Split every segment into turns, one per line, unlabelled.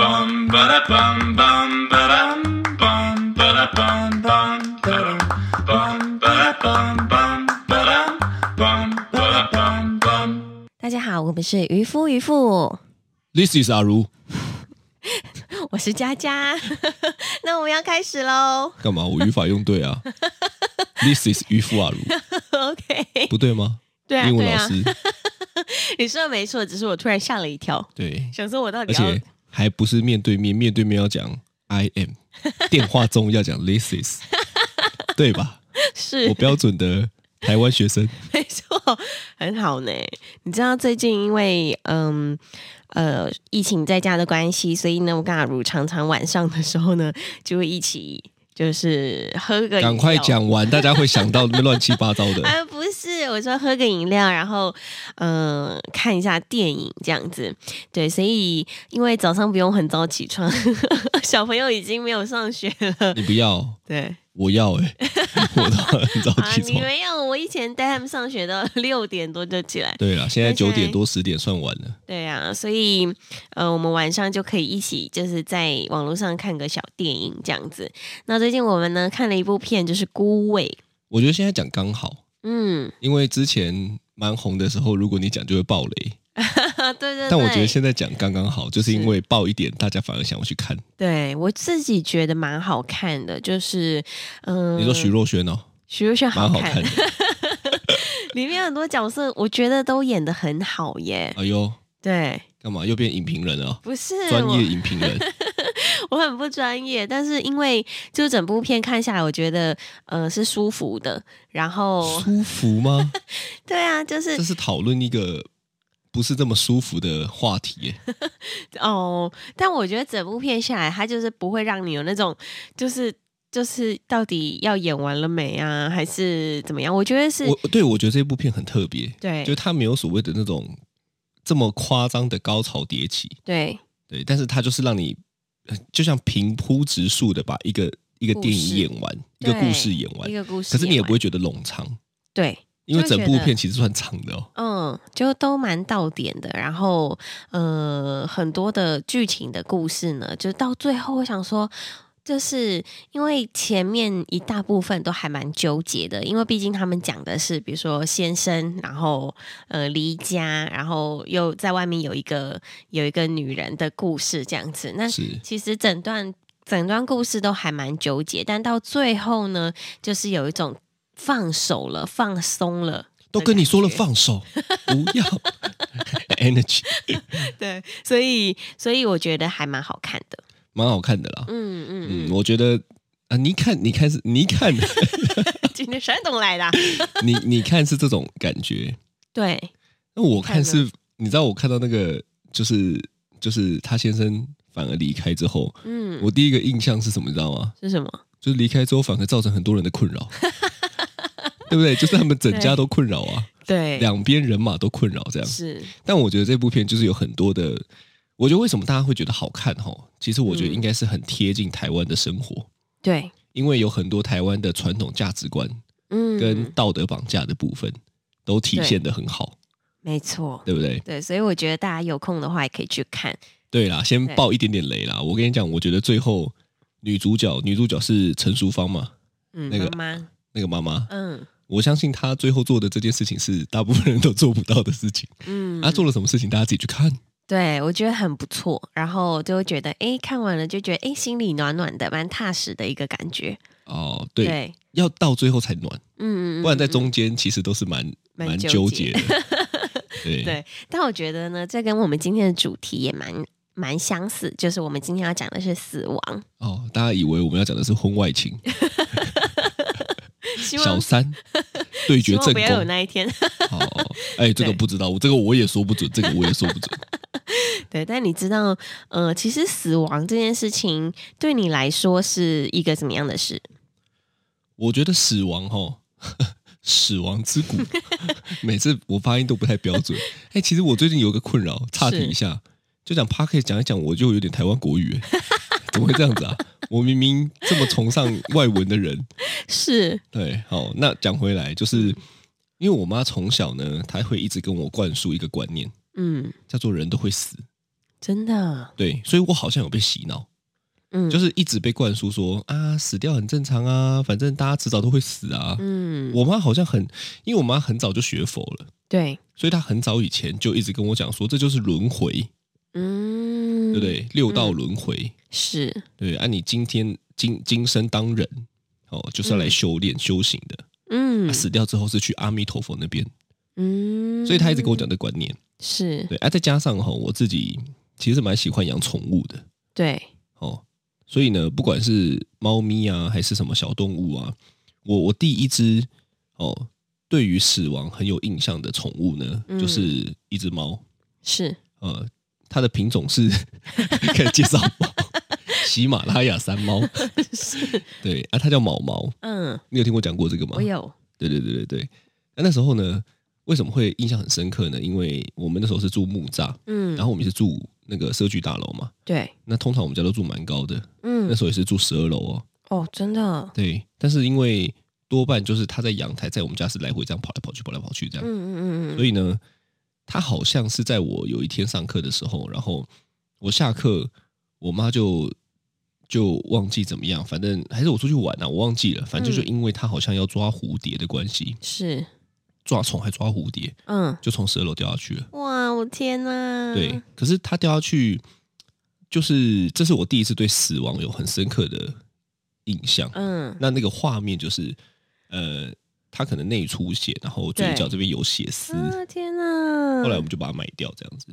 bum ba da bum bum ba dum bum ba da bum bum ba dum bum ba da bum bum ba dum bum ba da bum bum.
大家好，我们是渔夫渔妇，
This is 阿如，
我是佳佳。 那我们要开始喽
干嘛？我语法用对啊。This is 渔夫阿如，
，OK？
不对吗？
对啊，
英文
对
老
啊，
师，
你说的没错，只是我突然吓了一跳，
对，
想说我到底
而
要
且还不是面对面，面对面要讲 I am，电话中要讲 This is，对 吧？
是
我标准的台湾学生，
没错，很好呢。你知道最近因为嗯呃疫情在家的关系，所以呢，我跟阿如常常晚上的时候呢，就会一起就是喝个饮料
赶快。讲完，大家会想到那乱七八糟的。
啊，不是，我说喝个饮料，然后嗯、呃看一下电影这样子。对，所以因为早上不用很早起床， 小朋友已经没有上学了。
你不要，
对
我要 哎、我都很早
啊
起，
你
床。
没有，我以前带他们上学都 六点多就起来。
对了，现在
而且
九点多十点算晚了，
对啊，所以呃，我们晚上就可以一起就是在网络上看个小电影这样子。那最近我们呢看了一部片，就是《孤味》。
我觉得现在讲刚好，
嗯，
因为之前蛮红的时候，如果你讲就会爆雷。
对对对。
但我觉得现在讲刚刚好，就是因为爆一点，大家反而想要去看。
对我自己觉得蛮好看的，就是嗯，
你说徐若瑄哦，
徐若瑄
蛮好
看，
看的。
里面很多角色我觉得都演的很好耶。
哎呦，
对，
干嘛又变影评人了哦？
不是
专
我
业影评人，
我很不专业，但是因为就整部片看下来，我觉得呃是舒服的。然后
舒服吗？
对啊， 就是
这是讨论一个不是这么舒服的话题耶。
哦，但我觉得整部片下来，它就是不会让你有那种，就是就是到底要演完了没啊，还是怎么样？我觉得是
我对我觉得这部片很特别，
对
就它没有所谓的那种这么夸张的高潮迭起，
对
对，但是它就是让你呃就像平铺直述的把一个一个电
故
影
事
演完，一个
对
故事演完
一，个故事，
可是你也不会觉得冗长。
对，
因为
就会觉
整部
得
片其实算长的哦，
嗯，就都蛮到点的。然后呃，很多的剧情的故事呢，就到最后，我想说。就是因为前面一大部分都还蛮纠结的，因为毕竟他们讲的是，比如说先生，然后呃离家，然后又在外面有一个有一个女人的故事这样子。那
是
其实整段整段故事都还蛮纠结，但到最后呢，就是有一种放手了、放松了。
都跟你说了
感觉
放手，不要 energy，
对，所以所以我觉得还蛮好看的。
蛮好看的啦。
嗯嗯
嗯，我觉得啊，你看，你看是，你 看，
嗯，今天山东来的 啊、
你你看是这种感觉。
对，
那我看
看
是，你知道我看到那个就是就是他先生反而离开之后，
嗯，
我第一个印象是什么？你知道吗？
是什么？
就是离开之后反而造成很多人的困 扰，对不对？就是他们整家都困扰啊，
对，
两边人马都困扰这样。
是，
但我觉得这部片就是有很多的，我觉得为什么大家会觉得好看吼？其实我
嗯
觉得应该是很贴近台湾的生活，
对，
因为有很多台湾的传统价值观
嗯，
跟道德绑架的部分都体现的很好，
没错，
对不对？
对，所以我觉得大家有空的话也可以去看。
对啦，先
对
爆一点点雷啦。我跟你讲，我觉得最后女主角女主角是陈淑芳嘛，
嗯，
那个
妈妈，
那个妈妈，
嗯
我相信她最后做的这件事情是大部分人都做不到的事情。
嗯，
她做了什么事情，大家自己去看。
对我觉得很不错，然后就会觉得，哎，看完了就觉得，哎，心里暖暖的，蛮踏实的一个感觉。
哦，
对，
对，要到最后才暖。
嗯嗯，
不然在
嗯嗯
中间其实都是蛮
蛮
蛮
纠
纠
结
结 的。对
对但我觉得呢，这跟我们今天的主题也蛮蛮相似，就是我们今天要讲的是死亡。
哦，大家以为我们要讲的是婚外情，
希
小
望
三对
希
决
望
正
不要有
宫。
那一天。
哦，哎，这个
对
不知道，这个我也说不准，这个我也说不准。
对，但你知道，呃，其实死亡这件事情对你来说是一个怎么样的事？
我觉得死亡哈， 死亡之谷， 每次我发音都不太标准。哎，其实我最近有一个困扰，岔题一下，就讲 p a r k 讲一讲，我就有点台湾国语，哎怎么会这样子啊？我明明这么崇尚外文的人，
是，
对，好，那讲回来，就是
嗯
因为我妈从小呢，她会一直跟我灌输一个观念，
嗯，
叫做人都会死，
真的，
对，所以我好像有被洗脑，
嗯，
就是是一直被灌输说啊，死掉很正常啊，反正大家迟早都会死啊。
嗯，
我妈好像很，因为我妈很早就学佛了，
对，
所以她很早以前就一直跟我讲说，这就是轮回，
嗯，
对不对？六道轮回，
是，
对，啊，你今天今今生当人哦，就是要来
嗯
修炼、修行的，
嗯
啊，死掉之后是去阿弥陀佛那边，
嗯，
所以她一直跟我讲这个观念。
是，
对啊，再加上哈、我自己其实蛮喜欢养宠物的
对，
哦，所以呢，不管是猫咪啊，还是什么小动物啊，我我第一只哦，对于死亡很有印象的宠物呢，
嗯
就是一只猫，
是，
呃，它的品种是 可以介绍吗？ 喜马拉雅山猫，对啊，它叫毛毛，
嗯，
你有听我讲过这个吗？
我有，
对对对对对。啊那、那时候呢，为什么会印象很深刻呢？因为我们那时候是住木栅，
嗯，
然后我们是住那个社区大楼嘛，
对，
那通常我们家都住蛮高的，那
嗯，
时候也是住十二楼哦。
哦，真的，
对，但是因为多半就是他在阳台，在我们家是来回这样跑来跑去，跑来跑去这
嗯
样，
嗯嗯
所
嗯，
以呢，他好像是在我有一天上课的时候，然后我下课，我妈就就忘记怎么样，反正还是我出去玩啊，我忘记了，反正
嗯
就是因为他好像要抓蝴蝶的关系，
是，
抓虫还抓蝴蝶，
嗯，
就从十二楼掉下去了。
哇，我天啊哪，
对，，可是他掉下去，就是这是我第一次对死亡有很深刻的印象。
嗯，
那那个画面就是，呃，他可能内出血，然后
对
嘴角这边有血丝，
啊，天哪，
后来我们就把它埋掉，这样子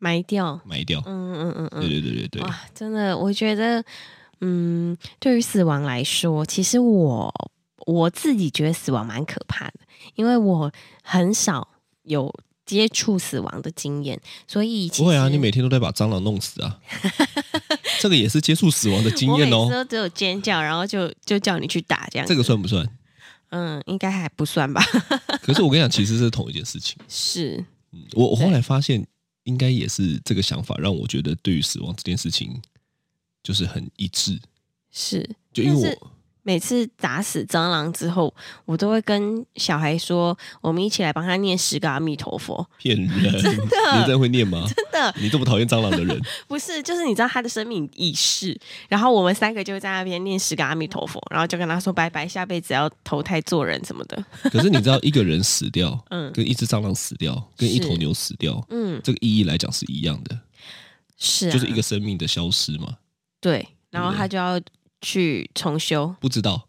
埋掉，
埋掉。
嗯嗯嗯嗯，
对对对对对，
哇，真的，我觉得，嗯，对于死亡来说，其实我我自己觉得死亡蛮可怕的，因为我很少有接触死亡的经验，所以其
不会啊，
实
你每天都在把蟑螂弄死啊，这个也是接触死亡的经
我
验
每
哦
次。都只有尖叫，然后就就叫你去打这样。
这个，算不算？
嗯，应该还不算吧？
可是我跟你讲，其实是同一件事情。
是，
嗯我我后
对
来发现，应该也是这个想法让我觉得对于死亡这件事情就是很一致。
是，
就因
但
为
是
我
每次打死蟑螂之后，我都会跟小孩说，我们一起来帮他念十个阿弥陀佛。
骗 人，
真的
你真的会念吗？
真的，
你这么讨厌蟑螂的人，
不是，就是你知道他的生命意识，然后我们三个就在那边念十个阿弥陀佛，然后就跟他说拜拜，下辈子要投胎做人什么的。
可是你知道一个人死掉，
嗯
跟一只蟑螂死掉，跟一头
是
牛死掉，
嗯，
这个意义来讲是一样的，
是、啊，嗯
就是一个生命的消失嘛。
对，然后他就要去重修，
不知道，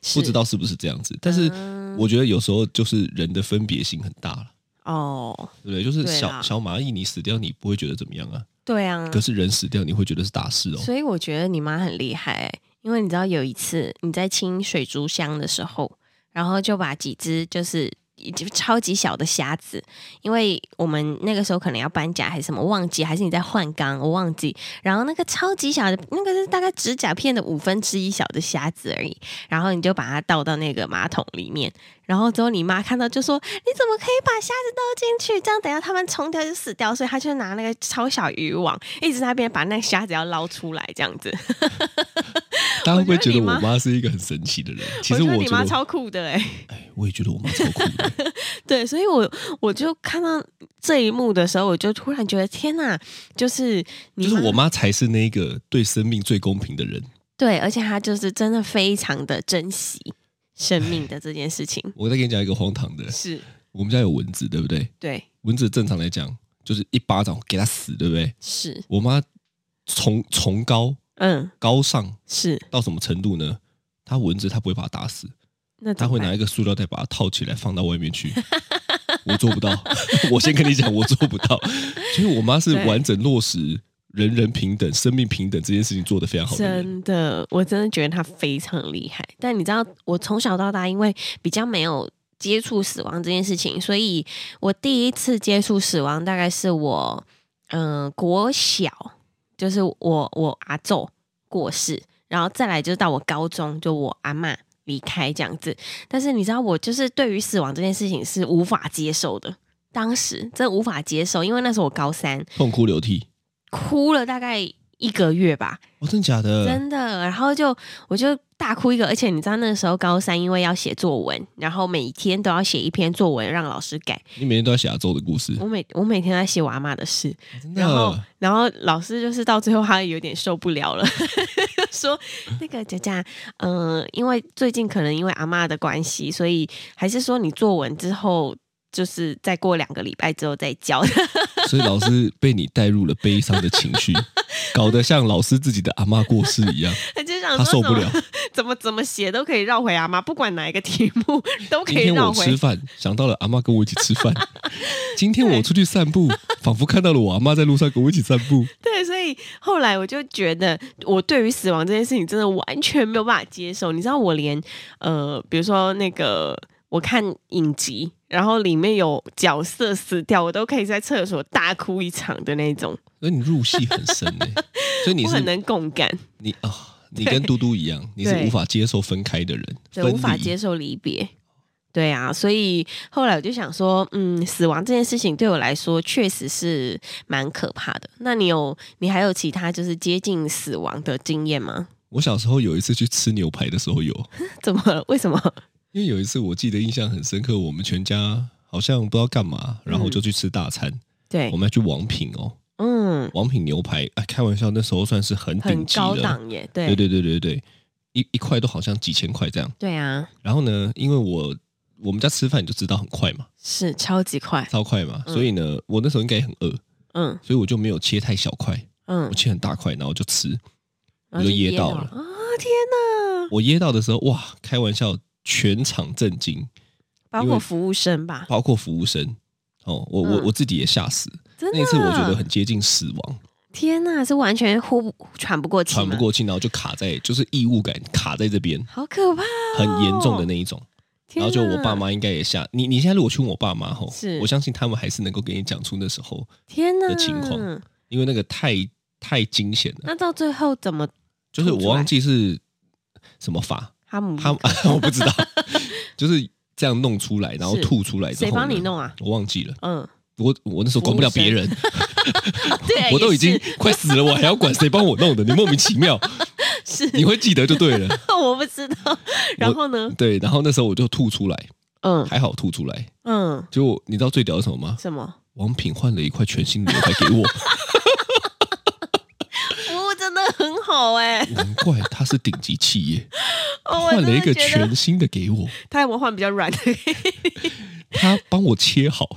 是
不知道是不是这样子，但是
嗯
我觉得有时候就是人的分别心很大了，
哦，
对不对？就是
对
小
啦
小蚂蚁你死掉，你不会觉得怎么样啊，
对啊，
可是人死掉，你会觉得是大事哦。
所以我觉得你妈很厉害、欸，因为你知道有一次你在清水族箱的时候，然后就把几只就是。已经超级小的虾子，因为我们那个时候可能要搬家还是什么，忘记还是你在换缸，我忘记。然后那个超级小的，那个是大概指甲片的五分之一小的虾子而已。然后你就把它倒到那个马桶里面，然后之后你妈看到就说：“你怎么可以把虾子倒进去？这样等一下它们虫掉就死掉。”所以她就拿那个超小渔网一直在那边把那个虾子要捞出来，这样子。
大家会不会
我觉
觉
得
得
你妈
我妈是一个很神奇的人？其实
我觉
我
得你妈
觉得，
超酷的哎、
哎，我也觉得我妈超酷的。
对，所以我我就看到这一幕的时候，我就突然觉得天哪，就是 你
就是
妈
我妈才是那个对生命最公平的人。
对，而且她就是真的非常的珍惜生命的这件事 情，
我再给你讲一个荒唐的，
是
我们家有蚊子，对不对？
对
蚊子正常来讲就是一巴掌给它死，对不对？
是
我妈崇崇高
嗯
高尚
是
到什么程度呢？她蚊子她不会把它打死，
那
她
怎么
会
办
拿一个塑料袋把它套起来放到外面去。我做不到， 我先跟你讲，我做不到。所以我妈是
对
完整落实人人平等、生命平等这件事情做得非常好的人。
真的，我真的觉得他非常厉害。但你知道，我从小到大因为比较没有接触死亡这件事情，所以我第一次接触死亡大概是我嗯、呃国小，就是我我阿昼过世，然后再来就是到我高中，就我阿嬷离开这样子。但是你知道，我就是对于死亡这件事情是无法接受的。当时真的无法接受，因为那时候我高三，
痛哭流涕，
哭了大概一个月吧，
哦，真的假的？
真的。然后就我就大哭一个，而且你知道那个时候高三，因为要写作文，然后每天都要写一篇作文让老师改。
你每天都要写亚洲的故事，
我每我每天在写我阿妈的事，
真
然后
的？啊
然后老师就是到最后他有点受不了 了，说那个佳佳，嗯、因为最近可能因为阿妈的关系，所以还是说你作文之后。就是再过两个礼拜之后再交，
所以老师被你带入了悲伤的情绪，搞得像老师自己的阿妈过世一 样，
他 就想
他
说
受
怎
不
么
了。
怎么怎么写都可以绕回阿妈，不管哪一个题目都可
今
以
天
绕
我
回
吃。饭，想到了阿妈跟我一起吃 饭；今天我出去散步，仿佛看到了我阿妈在路上跟我一起散步。
对，所以后来我就觉得，我对于死亡这件事情真的完全没有办法接受。你知道，我连呃，比如说那个我看影集，然后里面有角色死掉，我都可以在厕所大哭一场的那种，
所以你入戏很深 呢、所以你
我很
是
能共感，
你啊、你跟嘟嘟一样，你是
对
无法接受分开的人，
对，
分
无法
离
接受离别。对啊，所以后来我就想说，嗯，死亡这件事情对我来说确实是蛮可怕的。那你有，你还有其他就是接近死亡的经验吗？
我小时候有一次去吃牛排的时候有，
怎么了？为什么？
因为有一次我记得印象很深刻，我们全家好像不知道干嘛，然后就去吃大餐，
对
我，们要去王品哦，
嗯，
王品牛排，哎，开玩笑，那时候算是很
很
顶级
高
了，
档耶，对
对对对对对，一一块都好像几千块这样。
对啊，
然后呢，因为我我们家吃饭你就知道很快嘛，
是超级快，
超快嘛，
嗯
所以呢，我那时候应该也很饿，
嗯
所以我就没有切太小块，
嗯
我，切很大块，然后就吃。
然
我
后
就
就
噎
噎
到
了
了
啊！天哪，
我噎到的时候，哇，开玩笑，全场震惊，
包
因为
括服务生吧，
包括服务生。哦，我我
嗯
我自己也吓死。
真的，啊
那一次我觉得很接近死亡，
天哪，是完全呼不喘不过气，
喘不，过气，然后就卡在，就是异物感卡在这边，
好可怕哦，
很严重的那一种。
天
然
哪，
后就我爸妈应该也吓你，你现在如果去问我爸妈吼，
是
我相信他们还是能够给你讲出那时候，
天哪
的情况，因为那个太太惊险了，
那到最后怎么
就是
吐出
我忘
来
记是什么法，
哈姆
他 我不知 道，就是这样弄出来，然后
嗯是
吐出来之后，
谁帮你？弄啊？
我忘记了，
嗯，
我我那时候管不了别人，
对，
啊我
哎
都
也
已经
是
快死了，我还要管谁帮我弄的？你莫名其 妙，你
是，
会记得就 对了。
我不知道。然后呢？
对，然后那时候我就吐出来，
嗯
还好吐出来。
嗯，
结果你知道最屌的是什么吗？
什么？
王品换了一块全新的牛排给 我。
服务真的很好哎，
难怪他是顶级企业，
哦我
换了一个
真的觉得
全新的给我，
他有没有换比较 软的？
他帮我切好，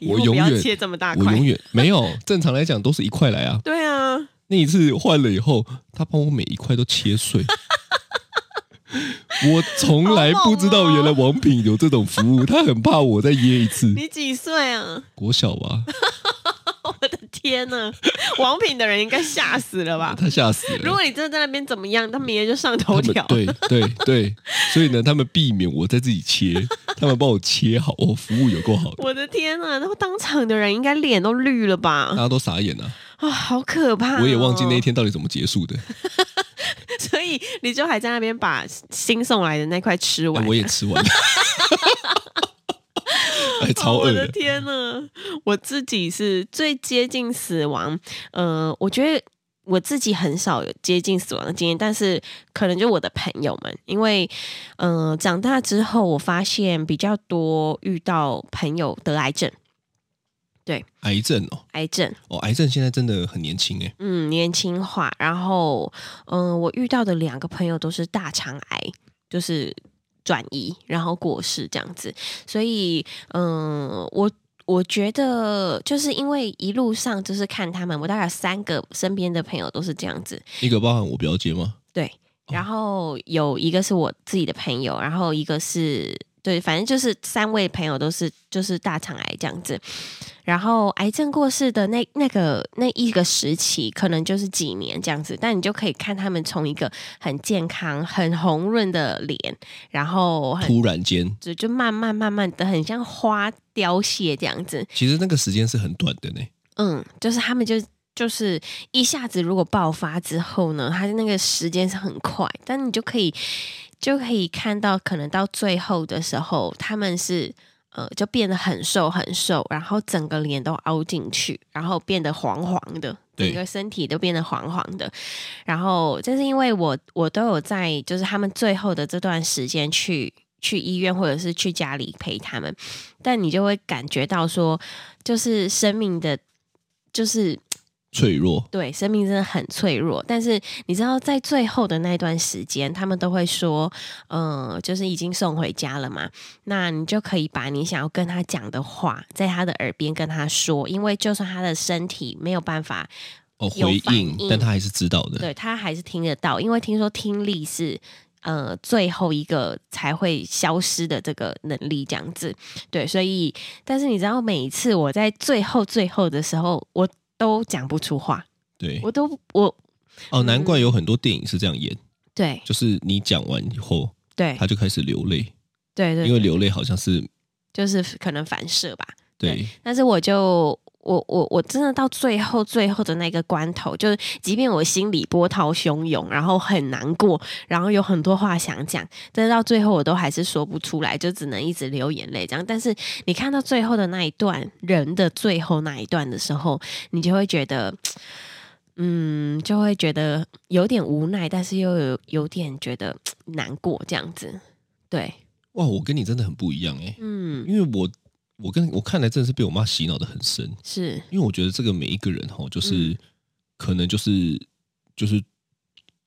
以后
我
不
永
要
远
切这么大
我
块
永。远没有。正常来讲都是一块来啊，
对啊，
那一次换了以后，他帮我每一块都切碎。 我从来不知
好
道
猛哦
原来王品有这种服务，他很怕我再噎一次。
你几岁啊？
国小吧，
我的天呐，王品的人应该吓死了 吧？
他吓死
如
了。
果你真的在那边怎么样，他明天就上
他
头
们
条。
对对对，所以呢，他们避免我再自己切，他们帮我切好，哦，服务有够好的，
我的天呐，然后当场的人应该脸都绿了吧
大？家都傻眼了、
啊，好可怕、
我也忘记那一，天到底怎么结束的。
所以你就还在那边把新送来的那块吃完。
哎我也 吃完了，哎， 超
哦
饿
我的
的。
天呐，我自己是最接近死亡。呃，我觉得我自己很少有接近死亡的经验，但是可能就我的朋友们，因为呃，长大之后我发现比较多遇到朋友得癌症，
癌症哦，
癌症。
哦，癌症现在真的很年轻哎，
嗯，年轻化。然后，嗯、我遇到的两个朋友都是大肠癌，就是转移，然后过世这样子。所以，嗯、我。我觉得就是因为一路上就是看他们，我大概有三个身边的朋友都是这样子，
一个包含我表姐吗？
对，然后有一个是我自己的朋友，然后一个是对，反正就是三位朋友都是就是大肠癌这样子。然后癌症过世的那那个那一个时期，可能就是几年这样子，但你就可以看他们从一个很健康、很红润的脸，然后很
突然间，
就就慢慢慢慢的，很像花凋谢这样子。
其实那个时间是很短的呢。
嗯，就是他们就就是一下子如果爆发之后呢，他那个时间是很快，但你就可以就可以看到，可能到最后的时候，他们是呃，就变得很瘦很瘦，然后整个脸都凹进去，然后变得黄黄的，
对
整个身体都变得黄黄的。然后这是因为我我都有在，就是他们最后的这段时间去去医院或者是去家里陪他们，但你就会感觉到说，就是生命的，就是
脆弱，
对，生命真的很脆弱。但是你知道，在最后的那段时间，他们都会说，呃，就是已经送回家了嘛，那你就可以把你想要跟他讲的话，在他的耳边跟他说，因为就算他的身体没有办法，
哦，
嗯有
回
反
应
应，
但他还是知道的。
对他还是听得到，因为听说听力是。呃，最后一个才会消失的这个能力，这样子，对，所以，但是你知道，每一次我在最后最后的时候，我都讲不出话，
对，
我嗯都我
哦，难怪有很多电影是这样演，
对
就是你讲完以后，
对
他就开始流泪，
对对，
因为
对
流泪好像是
就是可能反射吧。
对
但是我就我我我真的到最后最后的那个关头，就是即便我心里波涛汹涌，然后很难过，然后有很多话想讲，但是到最后我都还是说不出来，就只能一直流眼泪这样。但是你看到最后的那一段人的最后那一段的时候，你就会觉得。嗯，就会觉得有点无奈，但是又有有点觉得难过这样子，对，
哇，我跟你真的很不一样哎、
嗯，
因为我我跟我看来真的是被我妈洗脑的很深，
是，
因为我觉得这个每一个人哈，就是、
嗯
可能就是就是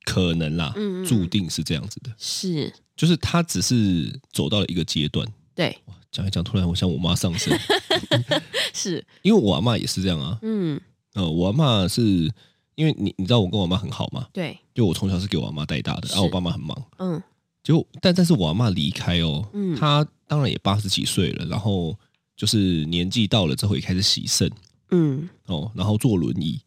可能啦，
嗯嗯嗯
注定是这样子的，
是，
就是他只是走到了一个阶段。
对，
哇，讲一讲，突然我向我妈上 身，
是，
因为我阿妈也是这样啊。
嗯，
呃，我阿妈是因为你你知道我跟我妈很好嘛，
对，
就我从小是给我阿妈带大的，
是
然后我爸妈很忙，
嗯，
结果但但是我阿妈离开哦，
嗯
她当然也八十几岁了，然后就是年纪到了之后也开始洗肾，
嗯，
哦，然后坐轮椅，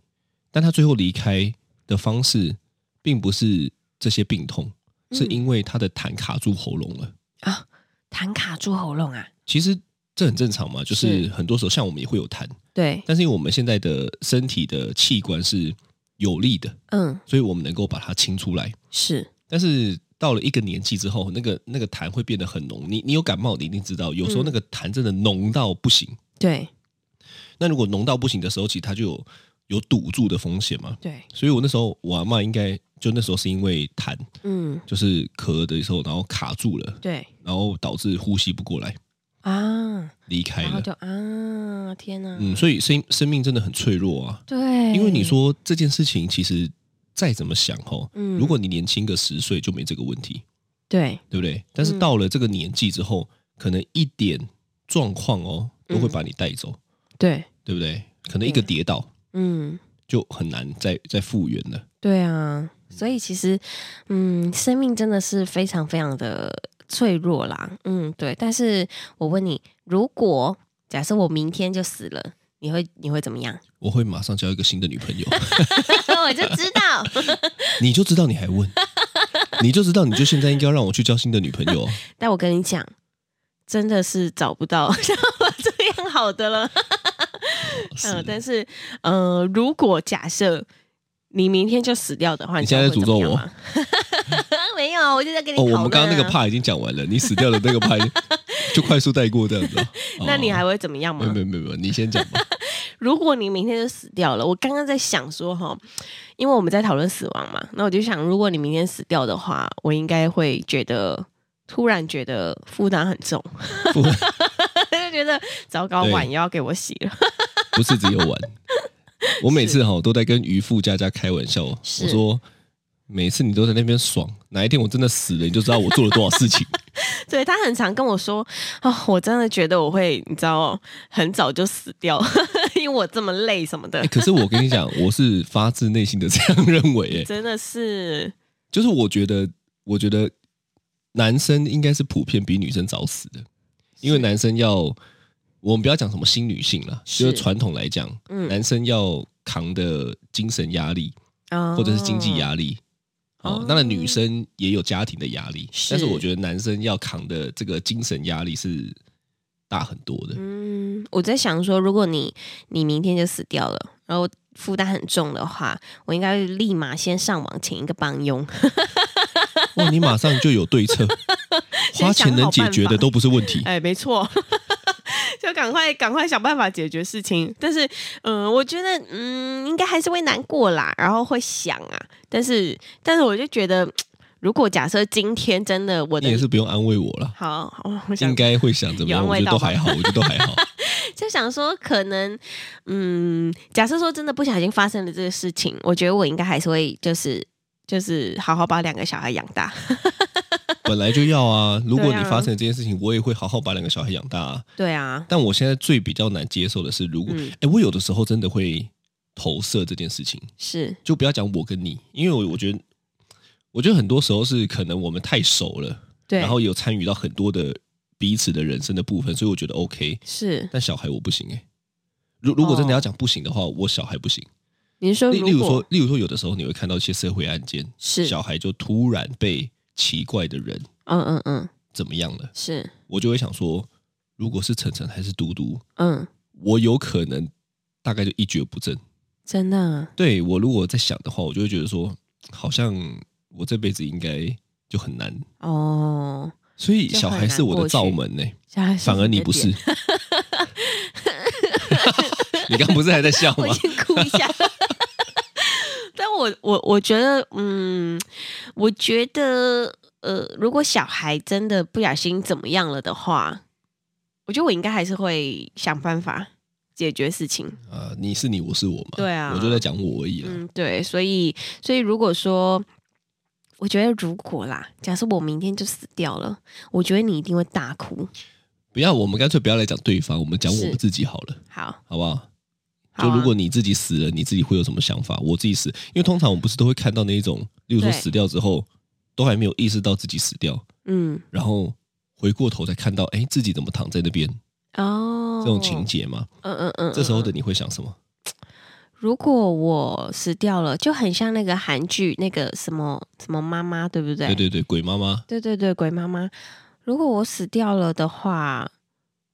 但他最后离开的方式，并不是这些病痛，
嗯
是因为他的痰卡住喉咙了。
啊，痰卡住喉咙啊，
其实这很正常嘛，就是
是
很多时候像我们也会有痰，
对，
但是因为我们现在的身体的器官是有力的，
嗯，
所以我们能够把它清出来。
是，
但是到了一个年纪之后，那个那个痰会变得很浓。你你有感冒，你一定知道，有时候
嗯
那个痰真的浓到不行。
对，
那如果浓到不行的时候，其实它就有有堵住的风险嘛。
对，
所以我那时候我阿嬷应该就那时候是因为痰，
嗯，
就是咳的时候，然后卡住了，
对，
然后导致呼吸不过来，
啊，
离开
然后
了。
就啊，天哪，
嗯，所以生生命真的很脆弱啊。
对，
因为你，说这件事情，其实再怎么想哦，
嗯
如果你年轻个十岁就没这个问题，
对，
对不对？但
嗯
是到了这个年纪之后，可能一点状况哦，都会把你带走，
嗯对，
对不对？可能一个跌倒
嗯，
就很难再再复原了。
对啊，所以其实，嗯，生命真的是非常非常的脆弱啦，嗯，对。但是我问你，如果假设我明天就死了，你会你会怎么样？
我会马上交一个新的女朋 友。
我就知道，
你就知道你还问，你就知道你就现在应该要让我去交新的女朋友。 哦
但我跟你讲，真的是找不到 像我这样好的了。 嗯，但是呃，如果假设你明天就死掉的话，
你
知道
现在
会怎
诅
么
咒
样
我
吗？ 没有，我就在跟你
哦，
讨论、
我
啊
们刚刚那个怕已经讲完了，你死掉的那个怕就快速带过这样子哦。
那你还
哦
会怎么样
没有
吗
没？有没有没有，你先讲吧。
如果你明天就死掉了，我刚刚在想说哈，因为我们在讨论死亡嘛，那我就想，如果你明天死掉的话，我应该会觉得突然觉得负担很 重，
不
就觉得糟糕，
对
碗又要给我洗了。
不是只有玩，我每次哈都在跟渔夫佳佳开玩笑，我
是
说每次你都在那边爽，哪一天我真的死了，你就知道我做了多少事情。
对他很常跟我说，哦，我真的觉得我会，你知道、哦，很早就死掉， 因为我这么累什么的
哎，可是我跟你讲，我是发自内心的这样认为，哎，
真的是
就是我觉得，我觉得男生应该是普遍比女生早死的，因为男生要，我们不要讲什么新女性了，
是
就是传统来讲，
嗯
男生要扛的精神压力
啊
或者是经济压力。哦
哦，
当然女生也有家庭的压力，
是
但是我觉得男生要扛的这个精神压力是大很多的。
嗯，我在想说，如果你你明天就死掉了，然后负担很重的话，我应该立马先上网请一个帮 佣。
哇，你马上就有对策，
先想好
花钱能解决
办
的
法
都不是问题。
哎，没错，赶快赶快想办法解决事情。但是，嗯、我觉得，嗯，应该还是会难过啦，然后会想啊。但是，但是我就觉得，如果假设今天真的我
你也
的
是不用安慰我了，
好，好我 想
应该会想怎么
有
样？
安
我
慰
觉得
到
都
吗
还好，我觉得都还 好。
就想说，可能，嗯，假设说真的不小心发生了这个事情，我觉得我应该还是会就是。就是好好把两个小孩养大，
本来就要啊，如果
对
你
啊
发生了这件事情，我也会好好把两个小孩养大、啊。
对啊，
但我现在最比较难接受的是，如果哎、
嗯
诶我有的时候真的会投射这件事情，
是
就不要讲我跟你，因为我我觉得，我觉得很多时候是可能我们太熟了，
对，
然后有参与到很多的彼此的人生的部分，所以我觉得 OK。
是
但小孩我不行哎、如如果真的
哦
要讲不行的话，我小孩不行。
你是说
例例
如
如
果
说，例如说，有的时候你会看到一些社会案件，
是，
小孩就突然被奇怪的人
嗯嗯嗯，
怎么样了，
是，
我就会想说，如果是晨晨还是嘟嘟，
嗯，
我有可能大概就一蹶不振。
真的，啊
对我如果在想的话，我就会觉得说，好像我这辈子应该就很难。
哦，
所以
就很
小孩是我的罩门呢、
小孩
反而你不是。 你刚不是还在笑
我
吗？
先哭一下。但我我我觉得，嗯，我觉得，呃，如果小孩真的不小心怎么样了的话，我觉得我应该还是会想办法解决事情。
啊，你是你，我是我嘛。
对啊
我就在讲我而已了。
嗯，对，所以所以如果说，我觉得如果啦，假设我明天就死掉了，我觉得你一定会大哭。
不要，我们干脆不要来讲对方，我们讲我们
是
自己好了，
好，
好不好？
好
就
啊
如果你自己死了，你自己会有什么想法？我自己死，因为通常我们不是都会看到那一种，例如说
对
死掉之后，都还没有意识到自己死掉，
嗯
然后回过头才看到，哎，自己怎么躺在那边
哦
这种情，节嘛。
嗯嗯嗯，
这时候
嗯
的你会想什么？
如果我死掉了，就很像那个韩剧那个什么什么妈妈，对不对？
对对对，鬼妈妈，
对对对鬼妈妈。如果我死掉了的话，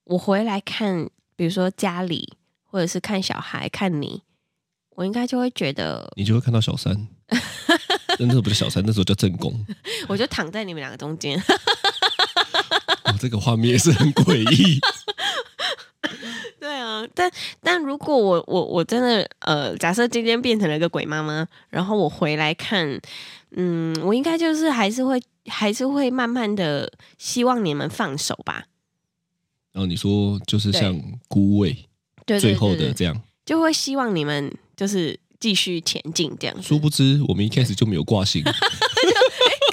我回来看，比如说家里，或者是看小孩，看你，我应该就会觉得，
你就会看到小三。那时候不是小三，那时候叫正宫。
我就躺在你们两个中间，
哦，这个画面也是很诡异。
对啊，但但如果我我我真的呃，假设今天变成了一个鬼妈妈，然后我回来看，嗯，我应该就是还是会还是会慢慢的希望你们放手吧，
然后你说，就是
对
像孤味
对对
最
对
后
对
的这样，
就会希望你们就是继续前进这样
殊
子，
不知我们一开始就没有挂心。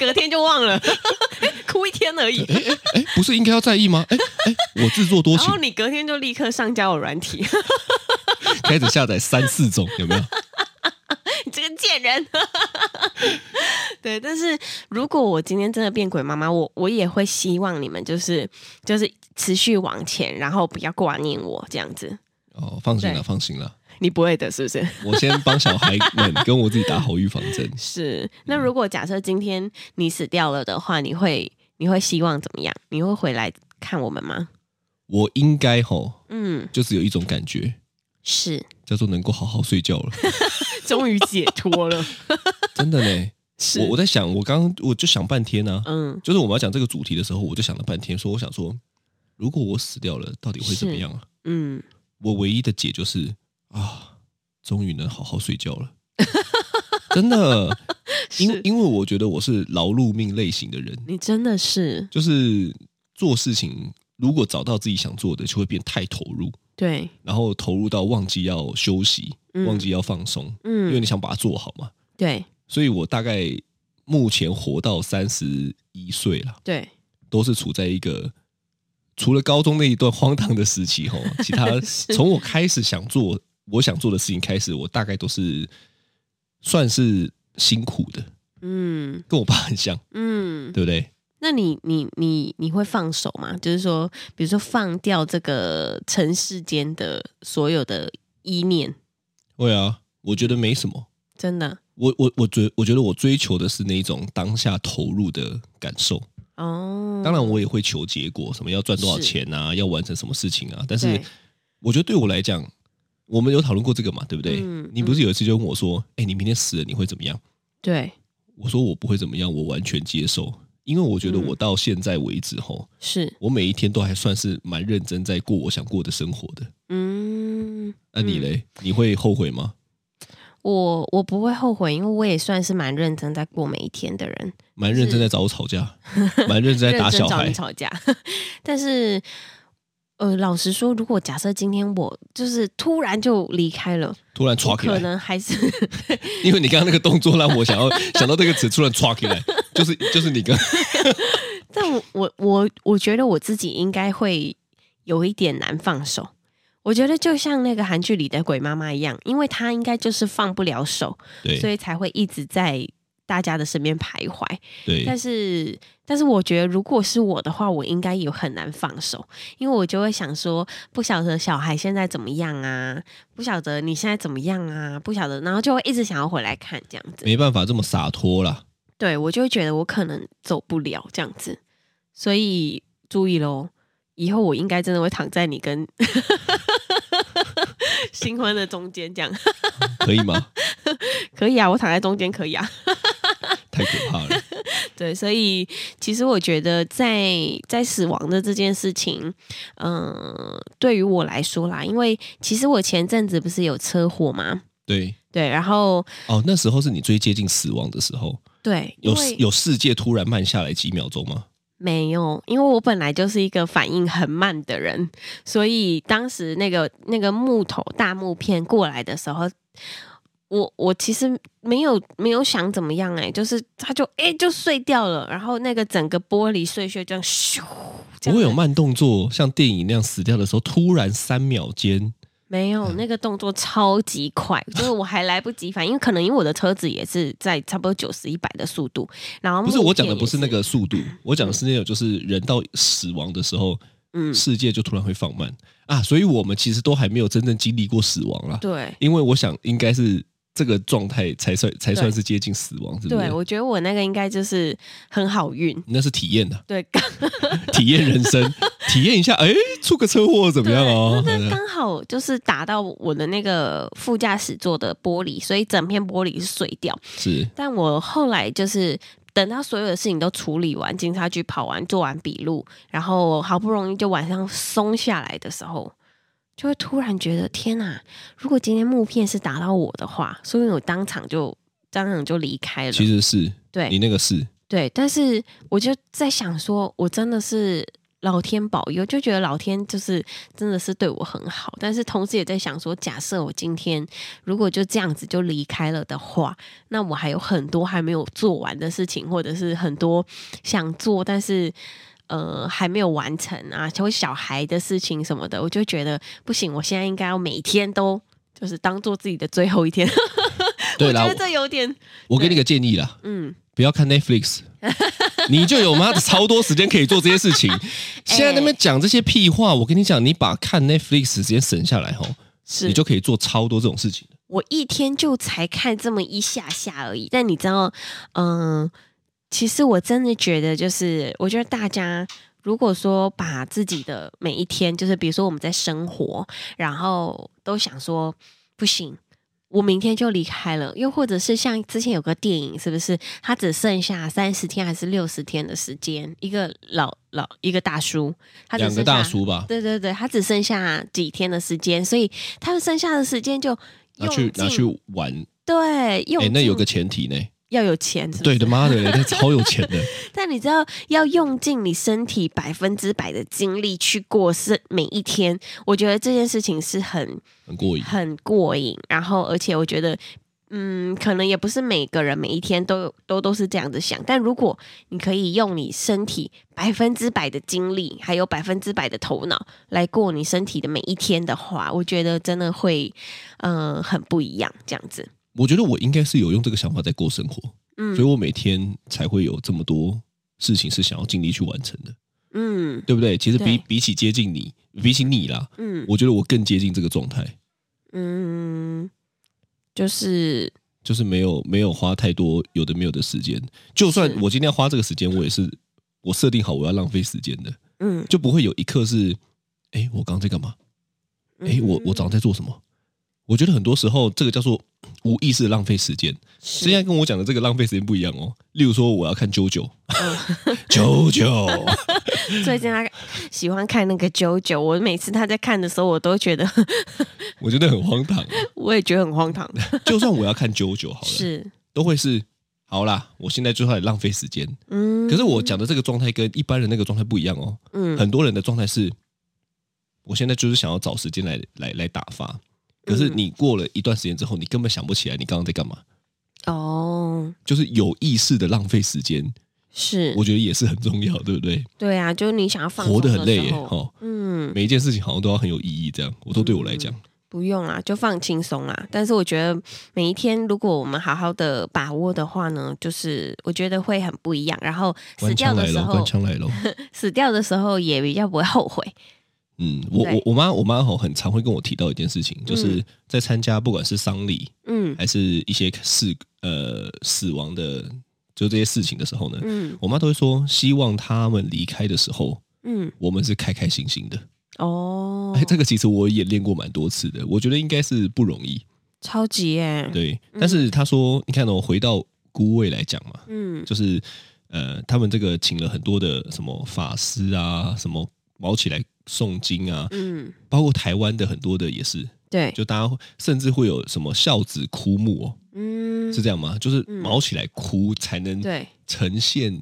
隔天就忘 了，哭一天而已。
哎，不是应该要在意吗？哎哎，我自作多
然
情
后，你隔天就立刻上交友软体，
开始下载三四种，有没有？
你这个贱人。 对，但是如果我今天真的变鬼妈妈，我我也会希望你们就是就是持续往前，然后不要挂念我这样子。
哦，放心了，
对
放心了，
你不会的，是不 是？
我先帮小孩们跟我自己打好预防针。
是。那如果假设今天你死掉了的话，你会你会希望怎么样？你会回来看我们吗？
我应该吼，
嗯，
就只有一种感觉，
是。
叫做能够好好睡觉了。
终于解脱了。
真的呢，
是
我我在想，我刚刚我就想半天呢、啊，
嗯，
就是我们要讲这个主题的时候，我就想了半天，说我想说，如果我死掉了，到底会怎么样啊？
嗯，
我唯一的解就是啊，终于能好好睡觉了。 真的，因
是
因为我觉得我是劳碌命类型的人，
你真的是
就是做事情，如果找到自己想做的，就会变太投入，
对，
然后投入到忘记要休息，
嗯
忘记要放松，因为
嗯，
你想把它做好嘛。
对
所以我大概目前活到三十一岁了，
对，
都是处在一个除了高中那一段荒唐的时 期吼，其他
是
从我开始想做我想做的事情开始，我大概都是算是辛苦的，
嗯
跟我爸很像，
嗯。
对不对？
那你你你你会放手吗？就是说，比如说放掉这个尘世间的所有的依念，
对啊，我觉得没什么。
真的
我我我觉我觉得我追求的是那种当下投入的感受，
哦。
当然我也会求结果，什么要赚多少
是
钱啊，要完成什么事情啊。但是
对
我觉得对我来讲，我们有讨论过这个嘛，对不对？
嗯
你不是有一次就问我说：“哎、你明天死了你会怎么样
对，？”
我说：“我不会怎么样，我完全接受，因为我觉得
嗯
我到现在为止吼，
是，
我每一天都还算是蛮认真在过我想过的生活的。
嗯，
那、你嘞？你会后悔吗？
我我不会后悔，因为我也算是蛮认真在过每一天的人，
蛮认真在找我吵架，蛮认真在打
认
小
真找
孩
你。吵架。 但是，呃，老实说，如果假设今天我就是突然就离开了，
突然
我
抓起
可
来，
能还是
因为你刚刚那个动作让我想要想到这个 词，突然抓起来，就是就是你刚
但我我我我觉得我自己应该会有一点难放手。我觉得就像那个韩剧里的鬼妈妈一样，因为她应该就是放不了手，所
对
以才会一直在大家的身边徘徊。但
对
是，但是我觉得如果是我的话，我应该也很难放手，因为我就会想说，不晓得小孩现在怎么样啊，不晓得你现在怎么样啊，不晓得，然后就会一直想要回来看这样子。
没办法这么洒脱啦。
对我就会觉得我可能走不了这样子，所以注意喽，以后我应该真的会躺在你跟 新婚的中间这样，
可以吗？
可以啊，我躺在中间可以啊。
太可怕了。
对，所以其实我觉得在在死亡的这件事情，嗯、对于我来说啦，因为其实我前阵子不是有车祸嘛，
对，
对，然后
哦，那时候是你最接近死亡的时候，
对，因
有
为
有世界突然慢下来几秒钟吗？
没有，因为我本来就是一个反应很慢的人，所以当时那个那个木头大木片过来的时候。我我其实没有没有想怎么样哎、就是它就哎、就碎掉了，然后那个整个玻璃碎屑这样咻，这样
不会有
子
慢动作，像电影那样死掉的时候，突然三秒间，
没有，
嗯
那个动作超级快，就是我还来不及反应，可能因为我的车子也是在差不多九十一百的速度，然后
不是
木
我
片
讲的
也
不是那，个速度，我讲的是那种就是人到死亡的时候，
嗯，
世界就突然会放慢啊，所以我们其实都还没有真正经历过死亡啦，
对
因为我想应该是这个状态才算才算
对
是接近死亡，是不是
对，？我觉得我那个应该就是很好运，
那是体验的、
对，
体验人生， 体验一下，哎，出个车祸怎么
对，
样哦？
那那刚好就是打到我的那个副驾驶座的玻璃，所以整片玻璃是碎掉。
是
但我后来就是等到所有的事情都处理完，警察局跑完，做完笔录，然后好不容易就晚上松下来的时候，就会突然觉得天哪！如果今天木片是打到我的话，说不定我当场就当场就离开了。
其实是你
对
那个是
对，但是我就在想说，我真的是。老天保佑，就觉得老天就是真的是对我很好，但是同时也在想说，假设我今天如果就这样子就离开了的话，那我还有很多还没有做完的事情，或者是很多想做但是呃还没有完成啊，就小孩的事情什么的，我就觉得不行，我现在应该要每天都就是当做自己的最后一天。
对啦
我觉得这有点
我给你个建议啦，
嗯，
不要 看 Netflix，你就有妈的超多时间可以做这些事 情。
哎
现在那边讲这些屁话，我跟你讲，你把看 Netflix 时间省下来吼，
是
你就可以做超多这种事情。
我一天就才看这么一下下而已。但你知道，嗯，其实我真的觉得，就是我觉得大家如果说把自己的每一天，就是比如说我们在生活，然后都想说不行。我明天就离开了，又或者是像之前有个电影，是不是它只剩下三十天还是六十天的时间？一个老老一个大叔，他只
两
剩下
个大叔吧，
对对对，他只剩下几天的时间，所以他们剩下的时间就
拿
用
去拿去
尽
玩，
对用
哎，
尽、
那有个前提呢，
要有钱是不
对
是
的，妈的， 那超有钱的，
但你知道要用尽你身体百分之百的精力去过是每一天，我觉得这件事情是很
很过瘾。
很过瘾，然后而且我觉得。嗯，可能也不是每个人每一天都有都都是这样子想，但如果你可以用你身体百分之百的精力，还有百分之百的头脑来过你身体的每一天的话，我觉得真的会，呃，很不一样这样子。
我觉得我应该是有用这个想法在过生活，
嗯
所以我每天才会有这么多事情是想要尽力去完成的，
嗯
对不对？其实比
对
比起接近你，比起你啦，
嗯
我觉得我更接近这个状态。
嗯，就是
就是没有没有花太多有的没有的时间。就算
是
我今天要花这个时间，我也是我设定好我要浪费时间的，
嗯，
就不会有一刻是，哎，我刚刚在干嘛？哎，我
嗯
我早上在做什么？我觉得很多时候这个叫做无意识的浪费时间。
是
现在跟我讲的这个浪费时间不一样哦。例如说，我要看《啾啾》，
嗯
九九，
最近他喜欢看那个九九，我每次他在看的时候，我都觉得
我觉得很荒唐。哦
我也觉得很荒唐。
就算我要看九九好了，
是，
都会是好啦，我现在就开始浪费时间。
嗯，
可是我讲的这个状态跟一般人那个状态不一样哦。
嗯
很多人的状态是，我现在就是想要找时间来来来打发。可
嗯
是你过了一段时间之后，你根本想不起来你刚刚在干嘛，
哦，
就是有意识的浪费时间，
嗯是
我，觉得也是很重要，对不对？
对啊，就是你想要放
活得
松
很
的
累
时
耶，
候
哦，
嗯，
每一件事情好像都要很有意义，这样，我都对我来讲，
不用啦，就放轻松啦。但是我觉得每一天，如果我们好好的把握的话呢，就是我觉得会很不一样。然后死
官
掉
腔
的
来
时
了，官
候，
腔来 了。
死掉的时候也比较不会后悔。
嗯，我
对
我我妈我妈吼很常会跟我提到一件事情，就是在参加不管是丧礼
嗯
还是一些事呃死亡的，就这些事情的时候呢，
嗯
我妈都会说，希望他们离开的时候，
嗯，
我们是开开心心的。
哦
哎、，这个其实我也练过蛮多次的，我觉得应该是不容易。
超级耶，
对，但是她说，你看哦，回到孤位来讲嘛，
嗯
就是呃，他们这个请了很多的什么法师啊，什么毛起来诵经啊，
嗯，
包括台湾的很多的也是，
对，
就大家会甚至会有什么孝子枯木哦，
嗯
是这样吗？就是毛起来哭才能
对
呈现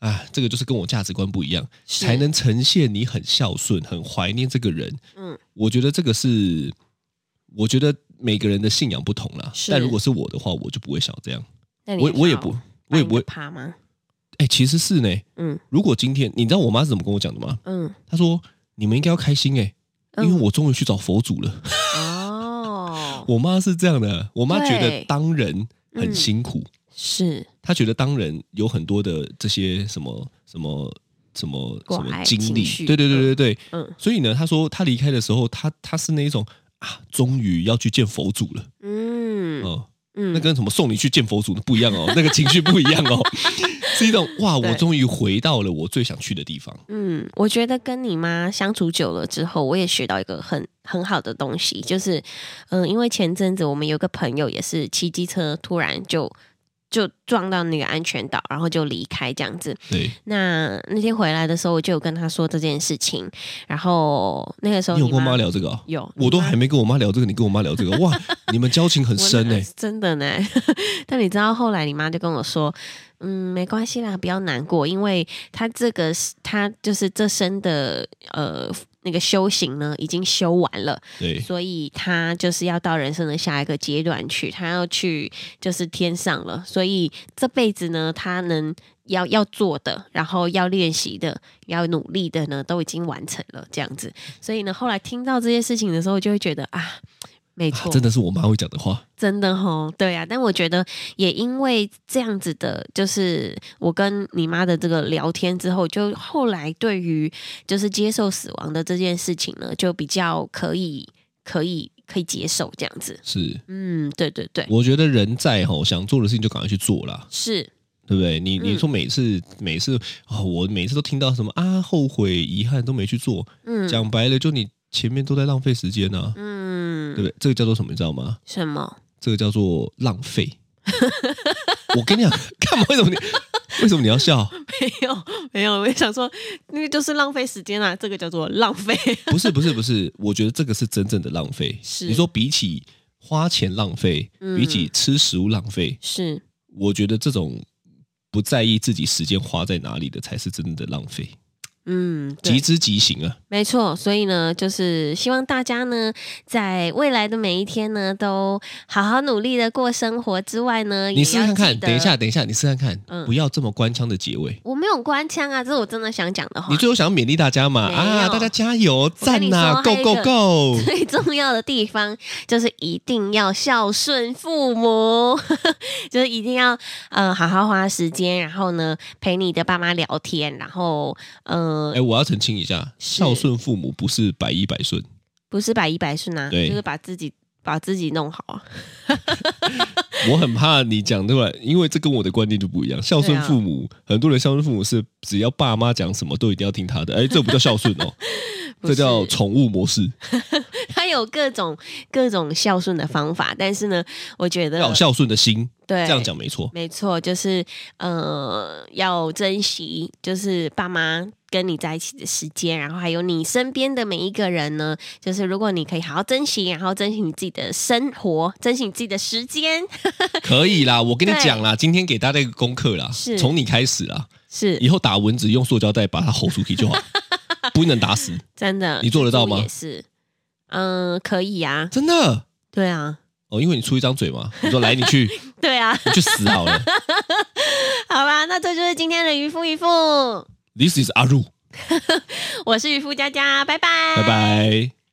啊，这个就是跟我价值观不一样，
是
才能呈现你很孝顺、很怀念这个人。
嗯，
我觉得这个是，我觉得每个人的信仰不同啦。
是
但如果是我的话，我就不会想这样，
那你
我我也
想
不
要，
我也
把你
不
的
会。
爬吗？
哎、其实是呢。
嗯
如果今天你知道我妈是怎么跟我讲的吗？
嗯，
她说：“你们应该要开心哎、
嗯
因为我终于去找佛祖了。
哦，
我妈是这样的，我妈觉得
对
当人很
嗯
辛苦，
是
他觉得当人有很多的这些什么什么什么什
关
么
爱
经历
情，绪
对对对对对，
嗯
所以呢，他说他离开的时候，他他是那一种啊，终于要去见佛祖了，
嗯
哦、
嗯，
那跟什么送你去见佛祖的不一样哦，那 个情绪不一样 哦，是一种哇，
对
我终于回到了我最想去的地方，
嗯，我觉得跟你妈相处久了之后，我也学到一个很很好的东西，就是，嗯、因为前阵子我们有个朋友也是骑机车，突然就就撞到那个安全岛，然后就离开这样子。
对
那那天回来的时候，我就有跟他说这件事情，然后那个时候
你有
你
跟我
妈
妈聊这个、哦？
有，
我都还没跟我妈聊这个，你跟我妈聊这个， 哇，你们交情很
我
深
那
哎、
真的呢。 但你知道后来你妈就跟我说，嗯，没关系啦，不要难过，因为她这个是她就是这生的呃那个修行呢已经修完了，
对，
所以她就是要到人生的下一个阶段去，她要去就是天上了，所以这辈子呢，她能。要要做的，然后要练习的，要努力的呢，都已经完成了这样子。所以呢，后来听到这些事情的时候，就会觉得啊，没
啊
错，
真的是我妈会讲的话，
真的吼，对啊，但我觉得也因为这样子的，就是我跟你妈的这个聊天之后，就后来对于就是接受死亡的这件事情呢，就比较可以可以可以接受这样子。
是，
嗯，对对对，
我觉得人在吼想做的事情就赶快去做啦，
是，
对不对？你你
嗯
说每次、每次哦，我每次都听到什么啊，后悔、遗憾都没去做。
嗯
讲白了，就你前面都在浪费时间呢、啊，对不
嗯，
对？这个叫做什么？你知道吗？
什么？
这个叫做浪费。我跟你讲， 干嘛？为什么你为什么你要笑？
没有没有，我也想说，那个就是浪费时间啊，这个叫做浪费。
不是不是不是，我觉得这个是真正的浪费。
是
你说比起花钱浪费，
嗯
比起吃食物浪费，
是，
我觉得这种不在意自己时间花在哪里的，才是真正的浪费。
嗯，对
极之极行啊！
没错，所以呢，就是希望大家呢，在未来的每一天呢，都好好努力的过生活之外呢，
你试
也
试
要
看
记
看，
得
等一下，，等一下，你试试看看，
嗯
不要这么官腔的结尾。
我没有关腔啊，这是我真的想讲的话
你。最后想要勉励大家嘛？
没
啊，
有
大家加油，
跟
赞
你
呐
说
，Go
还有一
Go
个
Go！
最重要的地方就是一定要孝顺父母， 就是一定要呃好好花时间，然后呢陪你的爸妈聊天，然后呃
哎，我要澄清一下，
是
孝顺父母不是百依百顺，
不是百依百顺啊，
对
就是把自己把自己弄好啊。
我很怕你讲出来，因为这跟我的观念就不一样。孝顺
啊
父母，很多人孝顺父母是只要爸妈讲什么都一定要听他的，哎，这不叫孝顺哦，
不
这
是
叫宠物模式。
他他有各种各种孝顺的方法，但是呢，我觉得
要有孝顺的心，
嗯对
这样讲没错。
没错，就是呃，要珍惜，就是爸妈跟你在一起的时间，然后还有你身边的每一个人呢。就是如果你可以好好珍惜，然后珍惜你自己的生活，珍惜你自己的时间，
可以啦，我跟你
对
讲啦，今天给大家一个功课啦
是，
从你开始啦，
是
以后打蚊子用塑胶袋把它吼出去就好，不能打死，
真的。
你做得到
猪
吗
也是，嗯、可以啊，
真的
对啊，
哦，因为你出一张嘴嘛，你说来你去，
对啊，
你去死好了。
好吧，那这就是今天的渔夫渔夫，
This is 阿入，
我是渔夫佳佳，拜拜，
拜拜。